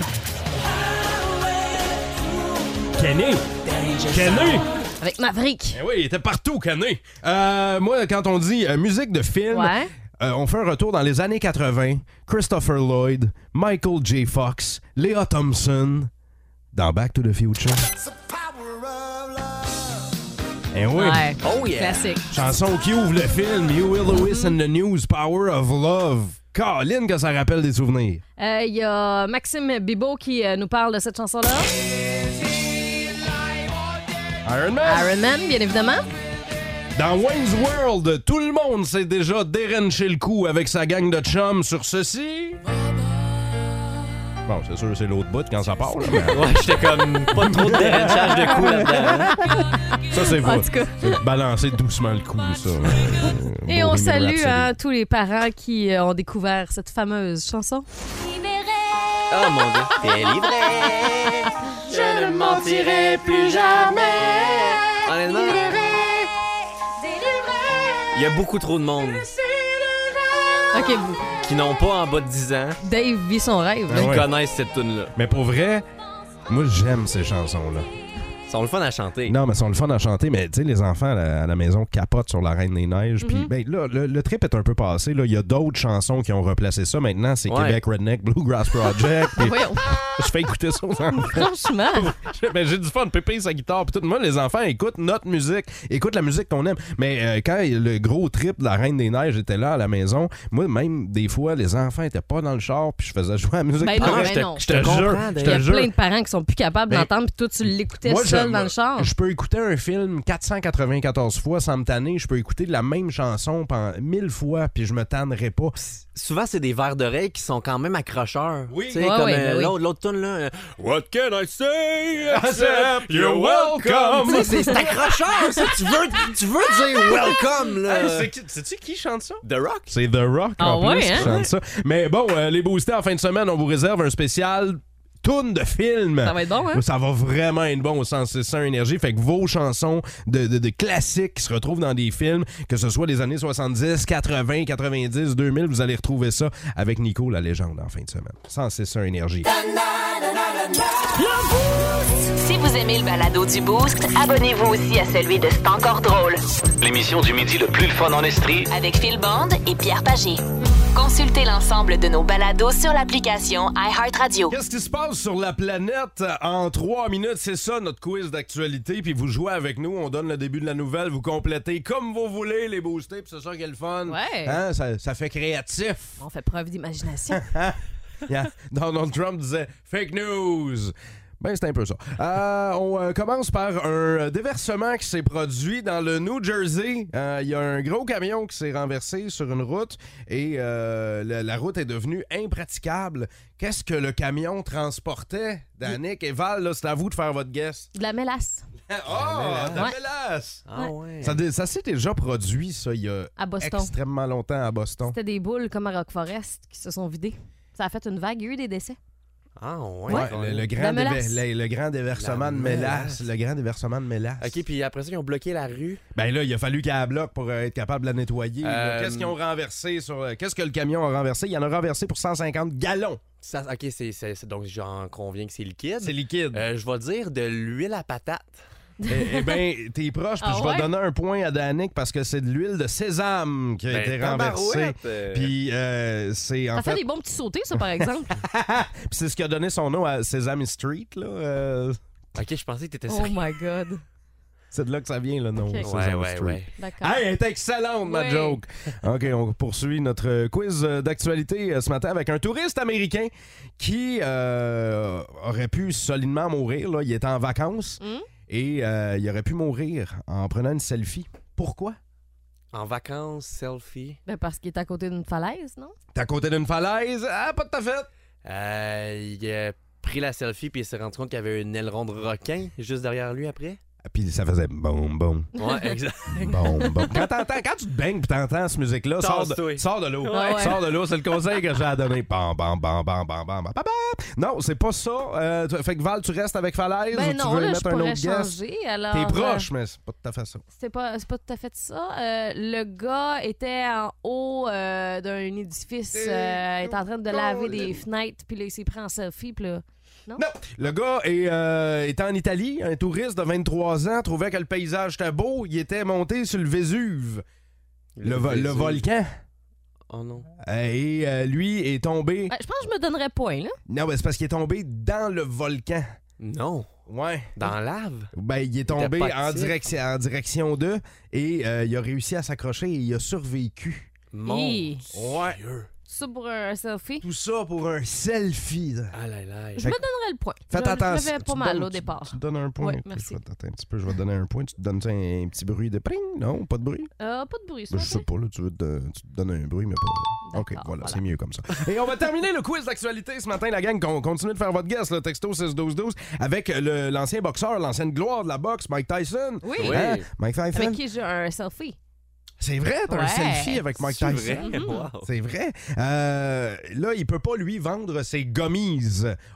[SPEAKER 2] Kenny. Kenny.
[SPEAKER 3] Avec Maverick.
[SPEAKER 2] Ben oui, il était partout, Kenny. Euh, moi, quand on dit euh, musique de film,
[SPEAKER 3] Ouais.
[SPEAKER 2] Euh, on fait un retour dans les années 80. Christopher Lloyd, Michael J. Fox, Leah Thompson dans Back to the Future. Eh oui.
[SPEAKER 3] Ouais.
[SPEAKER 7] Oh yeah.
[SPEAKER 3] Classique.
[SPEAKER 2] Chanson qui ouvre le film You Will Lewis and the News Power of Love. Colin, que ça rappelle des souvenirs.
[SPEAKER 3] Euh, Il y a Maxime Bibo qui euh, nous parle de cette chanson-là.
[SPEAKER 2] Iron Man.
[SPEAKER 3] Iron Man, bien évidemment.
[SPEAKER 2] Dans Wayne's World, tout le monde s'est déjà dérenché le cou avec sa gang de chums sur ceci. Bon, c'est sûr, c'est l'autre bout quand ça part. là, mais-
[SPEAKER 7] Ouais, j'étais comme pas trop de déranchage de cou là-dedans. hein.
[SPEAKER 2] Ça, c'est
[SPEAKER 12] En
[SPEAKER 2] vous.
[SPEAKER 12] tout cas.
[SPEAKER 2] C'est Balancer doucement le coup, ça.
[SPEAKER 12] Et
[SPEAKER 2] Bohemian
[SPEAKER 12] on salue
[SPEAKER 2] Rhapsody.
[SPEAKER 12] hein, tous les parents qui euh, ont découvert cette fameuse chanson.
[SPEAKER 7] Oh mon dieu, t'es livré.
[SPEAKER 4] Je ne mentirai plus jamais.
[SPEAKER 7] Honnêtement, il y a beaucoup trop de monde
[SPEAKER 12] OK, vous-
[SPEAKER 7] qui n'ont pas en bas de 10 ans
[SPEAKER 12] Dave vit son rêve.
[SPEAKER 2] Ah
[SPEAKER 7] qui connaissent cette tune-là.
[SPEAKER 2] Mais pour vrai, moi, j'aime ces chansons-là.
[SPEAKER 7] Ils sont le fun à chanter.
[SPEAKER 2] Non, mais ils sont le fun à chanter, mais tu sais, les enfants à la, à la maison capotent sur la Reine des Neiges. Puis
[SPEAKER 12] Mhm.
[SPEAKER 2] ben, là, le, le trip est un peu passé. là. Il y a d'autres chansons qui ont replacé ça. Maintenant, c'est
[SPEAKER 7] Ouais.
[SPEAKER 2] Québec Redneck Bluegrass Project. puis
[SPEAKER 12] Voyons.
[SPEAKER 2] je fais écouter ça aux enfants.
[SPEAKER 12] Franchement.
[SPEAKER 2] Je- ben, j'ai du fun, Pépé sa guitare, puis tout. Moi, les enfants écoutent notre musique, écoutent la musique qu'on aime. Mais euh, quand le gros trip de la Reine des Neiges était là à la maison, moi, même des fois, les enfants étaient pas dans le char, puis je faisais jouer à la musique.
[SPEAKER 12] Ben non,
[SPEAKER 2] Ah,
[SPEAKER 12] ben
[SPEAKER 2] je te-
[SPEAKER 12] non.
[SPEAKER 2] Je te jure, je
[SPEAKER 12] Il y a
[SPEAKER 2] te jure.
[SPEAKER 12] plein de parents qui sont plus capables
[SPEAKER 2] Ben,
[SPEAKER 12] d'entendre, puis toi, tu l'écoutais
[SPEAKER 2] Moi,
[SPEAKER 12] seul
[SPEAKER 2] je-
[SPEAKER 12] dans le char.
[SPEAKER 2] Je peux écouter un film 494 fois sans me tanner. Je peux écouter la même chanson pendant 1000 fois, puis je me tannerai pas.
[SPEAKER 7] Souvent, c'est des vers d'oreille qui sont quand même accrocheurs. Oui,
[SPEAKER 2] Ouais,
[SPEAKER 7] comme
[SPEAKER 2] ouais,
[SPEAKER 7] euh,
[SPEAKER 2] ben oui.
[SPEAKER 7] l'autre, l'autre tune là. euh, What can I say
[SPEAKER 2] Except you're welcome.
[SPEAKER 7] Tu sais, C'est c'est accrocheur, ça. Tu veux, tu veux dire welcome, là.
[SPEAKER 2] Hey, c'est qui- Sais-tu qui chante ça?
[SPEAKER 7] The Rock.
[SPEAKER 2] C'est The Rock
[SPEAKER 7] Ah
[SPEAKER 2] en
[SPEAKER 7] ouais,
[SPEAKER 2] plus qui
[SPEAKER 7] hein?
[SPEAKER 2] chante ça. Mais bon, euh, les boostés, en fin de semaine, on vous réserve un spécial tourne de film.
[SPEAKER 12] Ça va être bon, hein?
[SPEAKER 2] Ça va vraiment être bon au sens c'est ça, énergie. Fait que vos chansons de, de- de classiques qui se retrouvent dans des films, que ce soit des années 70, 80, 90, 2000, vous allez retrouver ça avec Nico, la légende, en fin de semaine. Sens c'est ça, énergie.
[SPEAKER 1] Si vous aimez le balado du Boost, abonnez-vous aussi à celui de C'est encore drôle
[SPEAKER 13] L'émission du midi le plus le fun en Estrie.
[SPEAKER 1] avec Phil Bond et Pierre Pagé. Consultez l'ensemble de nos balados sur l'application iHeartRadio.
[SPEAKER 2] Qu'est-ce qui se passe sur la planète euh, en trois minutes? C'est ça notre quiz d'actualité. Puis vous jouez avec nous, on donne le début de la nouvelle, vous complétez comme vous voulez les boostés, puis c'est ça qui est le fun.
[SPEAKER 12] Ouais.
[SPEAKER 2] Hein, Ça, ça fait créatif.
[SPEAKER 12] On fait preuve d'imagination.
[SPEAKER 2] Yeah. Hein? Donald Trump disait fake news. Ben, c'est un peu ça. Euh, on euh, commence par un euh, déversement qui s'est produit dans le New Jersey. Euh, Il y a un gros camion qui s'est renversé sur une route et euh, la, la route est devenue impraticable. Qu'est-ce que le camion transportait, Danick et Val? là, C'est à vous de faire votre guess.
[SPEAKER 12] De la mélasse.
[SPEAKER 2] Ah, de la mélasse!
[SPEAKER 12] Ah ouais.
[SPEAKER 2] Ça, dé- ça s'est déjà produit, ça, il y a
[SPEAKER 12] À Boston.
[SPEAKER 2] extrêmement longtemps à Boston.
[SPEAKER 12] C'était des boules comme à Rock Forest qui se sont vidées. Ça a fait une vague. Il y a eu des décès.
[SPEAKER 7] Ah, ouais.
[SPEAKER 2] Ouais, le, le grand
[SPEAKER 12] La mélasse.
[SPEAKER 2] déver- le- le grand déversement
[SPEAKER 7] La
[SPEAKER 2] de mélasse. Le grand déversement de mélasse.
[SPEAKER 7] OK, puis après ça, ils ont bloqué la rue.
[SPEAKER 2] Ben là, il a fallu qu'elle la bloque pour euh, être capable de la nettoyer. là.
[SPEAKER 7] Euh,
[SPEAKER 2] Qu'est-ce qu'ils ont renversé sur. euh, Qu'est-ce que le camion a renversé? Il en a renversé pour 150 gallons.
[SPEAKER 7] Ça, OK, c'est, c'est- c'est- donc j'en conviens que c'est liquide. C'est
[SPEAKER 2] liquide.
[SPEAKER 7] je vais dire de l'huile à patate.
[SPEAKER 2] Eh, eh ben, t'es proche, puis
[SPEAKER 7] Ah
[SPEAKER 2] je vais
[SPEAKER 7] ouais?
[SPEAKER 2] donner un point à Danick parce que c'est de l'huile de sésame qui a
[SPEAKER 7] Ben,
[SPEAKER 2] été renversée.
[SPEAKER 7] tabarouette, euh.
[SPEAKER 2] Puis euh, c'est en
[SPEAKER 12] Ça fait,
[SPEAKER 2] fait.
[SPEAKER 12] des bons petits sautés, ça, par exemple.
[SPEAKER 2] Puis c'est ce qui a donné son nom à Sesame Street, là. euh,
[SPEAKER 7] OK, je pensais que t'étais
[SPEAKER 12] oh my God.
[SPEAKER 2] C'est de là que ça vient, le nom.
[SPEAKER 12] Ok.
[SPEAKER 2] Sesame
[SPEAKER 7] Ouais, ouais,
[SPEAKER 2] Street.
[SPEAKER 7] ouais.
[SPEAKER 12] D'accord.
[SPEAKER 2] Hey, elle est excellente, ma
[SPEAKER 12] Oui.
[SPEAKER 2] joke. OK, on poursuit notre quiz euh, d'actualité euh, ce matin avec un touriste américain qui euh, aurait pu solidement mourir. Là. Il était en vacances et euh, il aurait pu mourir en prenant une selfie. Pourquoi?
[SPEAKER 7] En vacances, selfie.
[SPEAKER 12] Ben, parce qu'il est à côté d'une falaise, non?
[SPEAKER 2] T'es à côté d'une falaise? Ah, pas de ta fête!
[SPEAKER 7] Euh, il a pris la selfie puis il s'est rendu compte qu'il y avait une aileron de requin juste derrière lui après.
[SPEAKER 2] Puis ça faisait boum, boum.
[SPEAKER 7] Ouais, exact.
[SPEAKER 2] Bon, bon. Quand, t'entends- quand tu te baignes et t'entends cette musique-là, sors de,
[SPEAKER 7] Tasse-toi.
[SPEAKER 2] sors de l'eau.
[SPEAKER 7] Ouais.
[SPEAKER 2] Sors de l'eau, c'est le conseil que j'ai à donner. Bam, bam, bam, bam, bam, bam, bam, bam, bam. Non, c'est pas ça. Euh, tu- fait que Val, tu restes avec Falaise
[SPEAKER 12] Ben
[SPEAKER 2] ou
[SPEAKER 12] non,
[SPEAKER 2] tu veux
[SPEAKER 12] là, je
[SPEAKER 2] mettre un
[SPEAKER 12] pourrais
[SPEAKER 2] autre guess?
[SPEAKER 12] changer, Ah, alors, euh,
[SPEAKER 2] T'es proche, mais c'est pas tout à fait ça.
[SPEAKER 12] C'est pas, c'est pas tout à fait ça. Euh, le gars était en haut euh, d'un édifice, euh, est en train de laver des fenêtres, puis là, il s'est pris en selfie, puis là... Non?
[SPEAKER 2] Le gars est, euh, était en Italie, un touriste de 23 ans, trouvait que le paysage était beau, il était monté sur le Vésuve. Le, vo- le
[SPEAKER 7] Vésuve.
[SPEAKER 2] volcan.
[SPEAKER 7] Oh non.
[SPEAKER 2] Euh, Et euh, lui est tombé.
[SPEAKER 12] Ben, je pense que je me donnerais point, là.
[SPEAKER 2] Non, mais c'est parce qu'il est tombé dans le volcan.
[SPEAKER 7] Non.
[SPEAKER 2] Ouais.
[SPEAKER 7] Dans lave?
[SPEAKER 2] Ben, il est
[SPEAKER 7] était
[SPEAKER 2] tombé
[SPEAKER 7] pas
[SPEAKER 2] en
[SPEAKER 7] actif.
[SPEAKER 2] direction, en direction d'eux et euh, il a réussi à s'accrocher et il a survécu.
[SPEAKER 7] Mon
[SPEAKER 12] Hi.
[SPEAKER 7] Ouais.
[SPEAKER 12] Ça pour un selfie.
[SPEAKER 2] Tout ça pour un selfie. Ah
[SPEAKER 7] là là.
[SPEAKER 12] Je me donnerais le point.
[SPEAKER 2] Faites
[SPEAKER 12] Je-
[SPEAKER 2] attention.
[SPEAKER 12] Je l'avais
[SPEAKER 2] Tu
[SPEAKER 12] pas mal
[SPEAKER 2] donnes-
[SPEAKER 12] au
[SPEAKER 2] tu-
[SPEAKER 12] départ.
[SPEAKER 2] Tu donnes un point.
[SPEAKER 12] Ouais,
[SPEAKER 2] Puis
[SPEAKER 12] merci.
[SPEAKER 2] Je vais te tenter un petit peu. Je vais te donner un point. Tu te donnes ça, un petit bruit de pring. Non, pas de bruit.
[SPEAKER 12] Euh, pas de bruit, ce
[SPEAKER 2] Ben, je sais
[SPEAKER 12] matin.
[SPEAKER 2] pas, là, tu, veux te, tu te donnes un bruit, mais pas. Ok, voilà, c'est mieux comme ça. Et on va terminer le quiz d'actualité ce matin, la gang. Qu'on continue de faire votre guess, le texto 6-12-12, avec le- l'ancien boxeur, l'ancienne gloire de la boxe, Mike Tyson.
[SPEAKER 12] Oui.
[SPEAKER 2] Hein? Mike Tyson.
[SPEAKER 12] Avec qui j'ai un selfie.
[SPEAKER 2] C'est vrai, t'as un
[SPEAKER 12] Ouais.
[SPEAKER 2] selfie avec Mike
[SPEAKER 12] C'est
[SPEAKER 2] Tyson.
[SPEAKER 12] vrai? Wow.
[SPEAKER 2] C'est vrai. Euh, là, il peut pas lui vendre ses gummies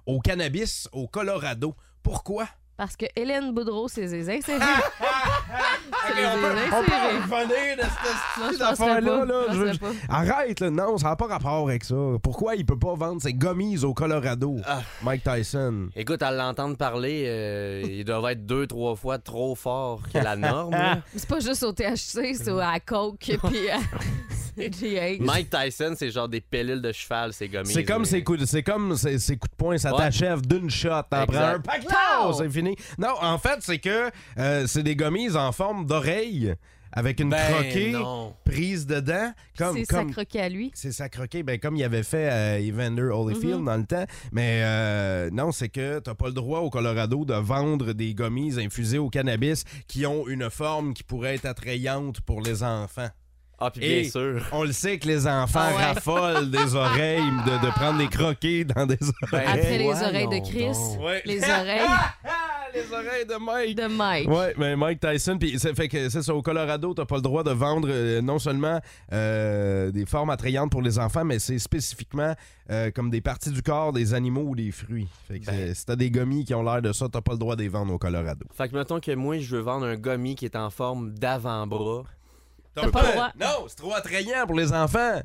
[SPEAKER 2] au cannabis au Colorado. Pourquoi?
[SPEAKER 12] Parce que Hélène Boudreau, c'est zézé, c'est
[SPEAKER 2] Ok, Ah! on peut, on peut revenir de
[SPEAKER 12] Non,
[SPEAKER 2] cette
[SPEAKER 12] je penserais
[SPEAKER 2] affaire-là.
[SPEAKER 12] pas.
[SPEAKER 2] là.
[SPEAKER 12] Je
[SPEAKER 2] Je veux-
[SPEAKER 12] penserais
[SPEAKER 2] Arrête, là. non, ça n'a pas rapport avec ça. Pourquoi il peut pas vendre ses gummies au Colorado,
[SPEAKER 7] Ah.
[SPEAKER 2] Mike Tyson?
[SPEAKER 7] Écoute, à l'entendre parler, euh, il devait être deux, trois fois trop fort que la norme. là.
[SPEAKER 12] C'est pas juste au THC, c'est au- à Coke puis à CGH.
[SPEAKER 7] Mike Tyson, c'est genre des pellules de cheval, c'est gommé.
[SPEAKER 2] C'est comme ses coups, de- c'est comme ses, ses coups de poing, ça
[SPEAKER 7] Ouais.
[SPEAKER 2] t'achève d'une shot, t'en
[SPEAKER 7] Exact.
[SPEAKER 2] prends un, pac,
[SPEAKER 7] Pow!
[SPEAKER 2] pow, c'est fini. Non, en fait, c'est que euh, c'est des gommises en forme d'oreille avec une
[SPEAKER 7] Ben
[SPEAKER 2] croquée
[SPEAKER 7] non.
[SPEAKER 2] prise dedans, comme
[SPEAKER 12] C'est sa
[SPEAKER 2] comme
[SPEAKER 12] croquée à lui.
[SPEAKER 2] c'est ça croqué, ben, comme il avait fait à Evander Holyfield
[SPEAKER 12] Mhm.
[SPEAKER 2] dans le temps. Mais euh, non, c'est que t'as pas le droit au Colorado de vendre des gommises infusées au cannabis qui ont une forme qui pourrait être attrayante pour les enfants.
[SPEAKER 7] Ah, puis
[SPEAKER 2] Et
[SPEAKER 7] bien sûr.
[SPEAKER 2] On le sait que les enfants
[SPEAKER 7] Ah ouais.
[SPEAKER 2] raffolent des oreilles, de, de prendre des croquets dans des oreilles.
[SPEAKER 12] Après les oreilles de Chris,
[SPEAKER 2] Ouais.
[SPEAKER 12] les oreilles.
[SPEAKER 2] les oreilles de Mike.
[SPEAKER 12] De Mike.
[SPEAKER 2] Ouais, mais Mike Tyson, puis ça fait que c'est ça, au Colorado, t'as pas le droit de vendre euh, non seulement euh, des formes attrayantes pour les enfants, mais c'est spécifiquement euh, comme des parties du corps, des animaux ou des fruits. Fait que
[SPEAKER 12] Ben.
[SPEAKER 2] c'est- si t'as des gommis qui ont l'air de ça, t'as pas le droit de les vendre au Colorado.
[SPEAKER 7] Fait que mettons que moi, je veux vendre un gommi qui est en forme d'avant-bras.
[SPEAKER 2] T'as pas le droit. Non, c'est trop attrayant pour les enfants.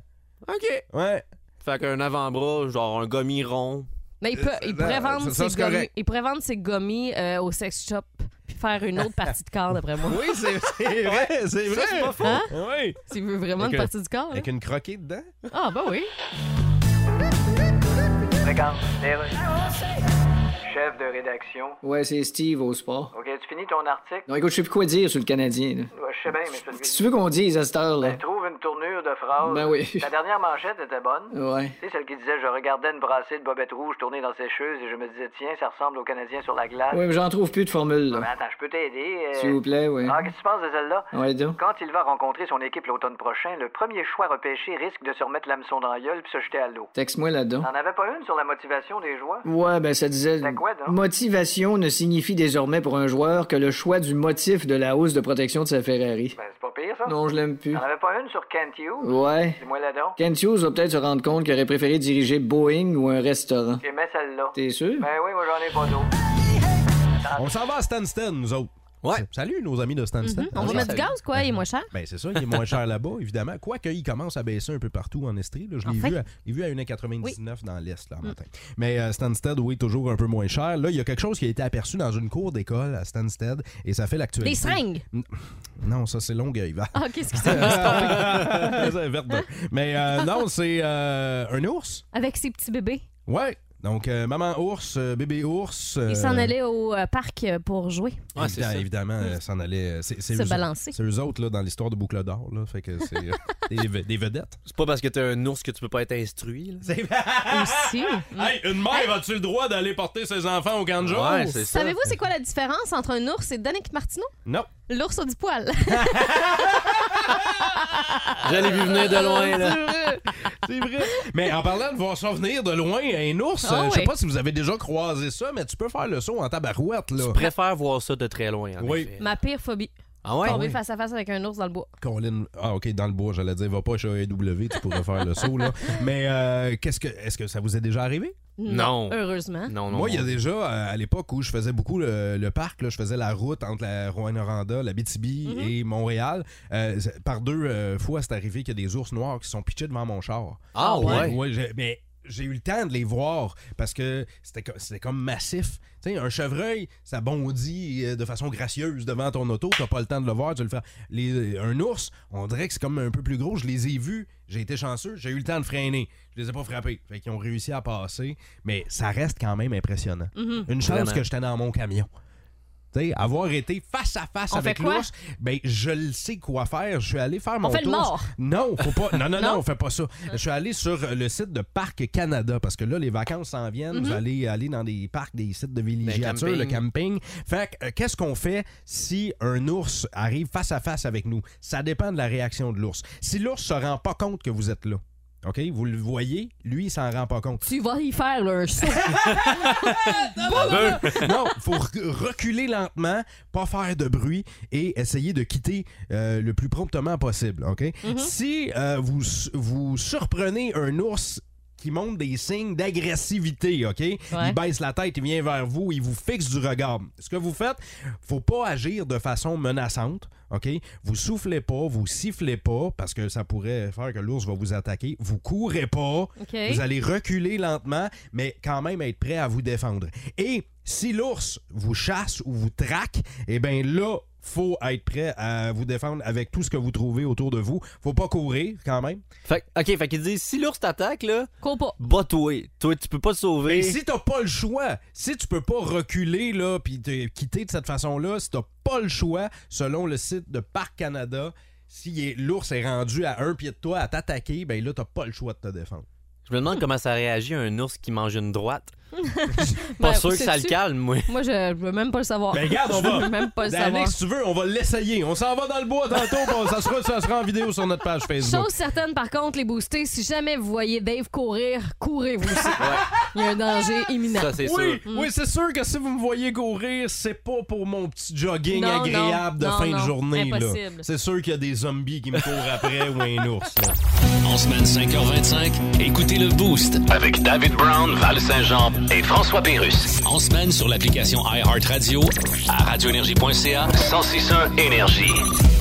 [SPEAKER 7] OK.
[SPEAKER 2] Ouais.
[SPEAKER 7] Fait qu'un avant-bras, genre un gommi rond.
[SPEAKER 12] Mais il, peut,
[SPEAKER 2] Euh,
[SPEAKER 12] il, pourrait vendre
[SPEAKER 7] ça,
[SPEAKER 12] ses
[SPEAKER 7] c'est
[SPEAKER 12] gommis,
[SPEAKER 7] correct.
[SPEAKER 12] il pourrait vendre ses gommis euh, au sex shop puis faire une autre partie de corps, d'après moi.
[SPEAKER 2] Oui, c'est c'est vrai, c'est vrai.
[SPEAKER 12] c'est pas faux.
[SPEAKER 2] Hein? Oui.
[SPEAKER 12] S'il veut vraiment
[SPEAKER 2] Avec
[SPEAKER 12] une
[SPEAKER 2] un-
[SPEAKER 12] partie du corps.
[SPEAKER 2] Avec une croquée dedans.
[SPEAKER 12] hein. Ah, bah oui.
[SPEAKER 9] Regarde, Chef de rédaction.
[SPEAKER 5] Ouais, c'est Steve au sport.
[SPEAKER 9] OK, tu finis ton article?
[SPEAKER 5] Non, écoute, je sais plus quoi dire sur le Canadien. là.
[SPEAKER 9] Ouais, je sais bien, mais je te le
[SPEAKER 5] Qu'est-ce que tu veux qu'on dise à cette heure-là?
[SPEAKER 9] Ben, trouve une tournure de phrase.
[SPEAKER 5] Ben oui.
[SPEAKER 9] Ta dernière manchette était bonne.
[SPEAKER 5] Ouais.
[SPEAKER 9] Tu sais, celle qui disait Je regardais une brassée de bobettes rouges tourner dans ses cheveux et je me disais Tiens, ça ressemble aux Canadiens sur la glace.
[SPEAKER 5] Ouais, mais j'en trouve plus de formule,
[SPEAKER 9] Ben,
[SPEAKER 5] là.
[SPEAKER 9] attends, je peux t'aider. euh.
[SPEAKER 5] S'il vous plaît, ouais.
[SPEAKER 9] Ah, qu'est-ce que tu penses de celle-là?
[SPEAKER 5] Ouais, donc.
[SPEAKER 9] Quand il va rencontrer son équipe l'automne prochain, le premier choix repêché risque de se remettre l'hameçon dans la gueule puis se jeter à l'eau.
[SPEAKER 5] Texte-moi là-dedans.
[SPEAKER 9] T'en avais pas une sur la motivation des joueurs?
[SPEAKER 5] Ouais, ben ça disait.
[SPEAKER 9] C'était quoi, donc?
[SPEAKER 5] Motivation ne signifie désormais pour un joueur que le choix du motif de la hausse de protection de sa Ferrari.
[SPEAKER 9] Ben, c'est pas pire, ça?
[SPEAKER 5] Non, je l'aime plus.
[SPEAKER 9] T'en avais pas une sur Kent Hughes?
[SPEAKER 5] Ouais.
[SPEAKER 9] Dis-moi là donc.
[SPEAKER 5] Kent Hughes va peut-être se rendre compte qu'il aurait préféré diriger Boeing ou un restaurant.
[SPEAKER 9] J'ai mis celle-là.
[SPEAKER 5] T'es sûr?
[SPEAKER 9] Ben oui, moi j'en ai pas d'autres.
[SPEAKER 12] Ah.
[SPEAKER 2] On s'en va à Stanston, nous autres. Ouais. Salut, nos amis de Stanston.
[SPEAKER 12] Mhm. On va mettre du gaz, quoi, il est moins cher.
[SPEAKER 2] Ben, c'est ça, il est moins cher là-bas, évidemment. Quoique, il commence à baisser un peu partout en Estrie. là. Je l'ai
[SPEAKER 12] Enfin.
[SPEAKER 2] vu, à- je l'ai vu à 1,99 dans l'Est, là, en matin. Mais euh, Stansted, oui, toujours un peu moins cher. Là, il y a quelque chose qui a été aperçu dans une cour d'école à Stansted et ça fait l'actualité.
[SPEAKER 12] Des seringues.
[SPEAKER 2] Non, ça, c'est Longueuil, va.
[SPEAKER 12] Ah, qu'est-ce qui s'est passé?
[SPEAKER 2] C'est Verdun. Mais euh, non, c'est euh, un ours.
[SPEAKER 12] Avec ses petits bébés.
[SPEAKER 2] Ouais. Donc, euh, maman ours, euh, bébé ours.
[SPEAKER 12] Il s'en
[SPEAKER 2] euh,
[SPEAKER 12] allait au euh, parc euh, pour jouer.
[SPEAKER 2] Évidemment, évidemment, euh, s'en allait. euh, C'est, c'est
[SPEAKER 12] Se
[SPEAKER 2] eux-
[SPEAKER 12] balancer.
[SPEAKER 2] C'est eux autres là, dans l'histoire de Boucle d'Or. Là, fait que c'est euh, des, ve- des vedettes.
[SPEAKER 7] C'est pas parce que t'es un ours que tu peux pas être instruit.
[SPEAKER 12] Aussi.
[SPEAKER 2] une mère a-tu le droit d'aller porter ses enfants au camp de jour?
[SPEAKER 7] Ouais, c'est ça.
[SPEAKER 12] Savez-vous c'est quoi la différence entre un ours et Danick Martineau?
[SPEAKER 2] Non.
[SPEAKER 12] L'ours a du poil.
[SPEAKER 7] J'allais vu venir de loin,
[SPEAKER 12] Ah,
[SPEAKER 7] là.
[SPEAKER 2] C'est vrai. Mais en parlant de voir ça venir de loin, un ours,
[SPEAKER 12] Ah
[SPEAKER 2] euh, je sais
[SPEAKER 12] ouais.
[SPEAKER 2] pas si vous avez déjà croisé ça, mais tu peux faire le saut en tabarouette. Là.
[SPEAKER 7] Je préfère voir ça de très loin, en
[SPEAKER 2] Oui.
[SPEAKER 7] effet.
[SPEAKER 12] Ma pire phobie.
[SPEAKER 7] Ah ouais?
[SPEAKER 12] Tomber
[SPEAKER 2] Ah ouais.
[SPEAKER 12] face à face avec un ours dans le bois.
[SPEAKER 2] Colin- Ah, OK, dans le bois, j'allais dire, va pas chez AEW, tu pourrais faire le saut. Là. Mais euh, qu'est-ce que, est-ce que ça vous est déjà arrivé?
[SPEAKER 7] Non.
[SPEAKER 12] Heureusement.
[SPEAKER 7] Non, non.
[SPEAKER 2] Moi, il y a
[SPEAKER 7] non.
[SPEAKER 2] déjà, euh, à l'époque où je faisais beaucoup le, le parc, là, je faisais la route entre la Rouyn-Noranda, la BTB
[SPEAKER 7] Mm-hmm.
[SPEAKER 2] et Montréal. euh, c'est- par deux euh, fois, c'est arrivé qu'il y a des ours noirs qui sont pitchés devant mon char.
[SPEAKER 7] Ah ouais?
[SPEAKER 2] j'ai- mais j'ai eu le temps de les voir parce que c'était co- c'était comme massif. Tu sais, un chevreuil, ça bondit euh, de façon gracieuse devant ton auto. T'as pas le temps de le voir, tu le fais. Les- un ours, on dirait que c'est comme un peu plus gros. Je les ai vus, j'ai été chanceux, j'ai eu le temps de freiner. Je les ai pas frappés. Fait qu'ils ont réussi à
[SPEAKER 12] Mm-hmm.
[SPEAKER 2] passer, mais ça reste quand même impressionnant. Une chance
[SPEAKER 7] Vraiment.
[SPEAKER 2] que j'étais dans mon camion. T'sais, avoir été face à face
[SPEAKER 12] On
[SPEAKER 2] avec
[SPEAKER 12] fait quoi?
[SPEAKER 2] l'ours, ben je le sais quoi faire. Je suis allé faire mon
[SPEAKER 12] fait le
[SPEAKER 2] tour.
[SPEAKER 12] mort.
[SPEAKER 2] Non, faut pas. Non, non, non,
[SPEAKER 12] Non?
[SPEAKER 2] on fait pas ça. Je suis allé sur euh, le site de Parc Canada parce que là, les vacances s'en viennent.
[SPEAKER 12] Mhm.
[SPEAKER 2] Vous allez aller dans des parcs, des sites de villégiature,
[SPEAKER 7] camping.
[SPEAKER 2] le camping. Fait que, euh, qu'est-ce qu'on fait si un ours arrive face à face avec nous? Ça dépend de la réaction de l'ours. Si l'ours se rend pas compte que vous êtes là, OK? Vous le voyez, lui, il s'en rend pas compte.
[SPEAKER 3] Tu vas y faire là, un saut.
[SPEAKER 2] non, faut rec- reculer lentement, pas faire de bruit et essayer de quitter euh, le plus promptement possible. Ok. Si euh, vous s- vous surprenez un ours qui montre des signes d'agressivité, ok. Il baisse la tête, il vient vers vous, il vous fixe du regard. Ce que vous faites, faut pas agir de façon menaçante, ok. Vous soufflez pas, vous sifflez pas parce que ça pourrait faire que l'ours va vous attaquer. Vous courez pas,
[SPEAKER 14] Ok.
[SPEAKER 2] vous allez reculer lentement, mais quand même être prêt à vous défendre. Et si l'ours vous chasse ou vous traque, eh bien là, faut être prêt à vous défendre avec tout ce que vous trouvez autour de vous. Faut pas courir quand même.
[SPEAKER 7] Fait, ok, fait qu'il dit si l'ours t'attaque, là,
[SPEAKER 3] cours pas.
[SPEAKER 7] toi. Toi, tu peux pas te sauver.
[SPEAKER 2] Mais si t'as pas le choix, si tu peux pas reculer là puis te quitter de cette façon-là, si t'as pas le choix, selon le site de Parc Canada, si est- l'ours est rendu à un pied de toi à t'attaquer, ben là t'as pas le choix de te défendre.
[SPEAKER 7] Je me demande comment ça réagit un ours qui mange une droite.
[SPEAKER 3] Ben,
[SPEAKER 7] pas sûr que ça le
[SPEAKER 3] sais-tu?
[SPEAKER 7] calme, moi.
[SPEAKER 3] Moi, je je veux même pas le savoir.
[SPEAKER 2] Ben regarde, on va.
[SPEAKER 3] Je veux même pas le
[SPEAKER 2] Ben, Alex,
[SPEAKER 3] savoir.
[SPEAKER 2] si tu veux, on va l'essayer. On s'en va dans le bois tantôt. puis on- ça, sera, ça sera en vidéo sur notre page Facebook.
[SPEAKER 12] Chose certaine, par contre, les boostés, si jamais vous voyez Dave courir, courez-vous aussi. Il y a un danger
[SPEAKER 3] Ben
[SPEAKER 12] imminent.
[SPEAKER 2] oui,
[SPEAKER 12] Mm.
[SPEAKER 2] oui, c'est sûr que si vous me voyez courir, c'est pas pour mon petit jogging
[SPEAKER 12] Non,
[SPEAKER 2] agréable
[SPEAKER 12] non,
[SPEAKER 2] de
[SPEAKER 12] non,
[SPEAKER 2] fin de
[SPEAKER 12] non,
[SPEAKER 2] journée. là.
[SPEAKER 12] impossible.
[SPEAKER 2] C'est sûr qu'il y a des zombies qui me courent après ou un ours. là.
[SPEAKER 13] En semaine 5h25, écoutez le Boost avec David Brown, Val Saint-Jean et François Pérus. En semaine sur l'application iHeartRadio à radioénergie.ca 1061 Énergie.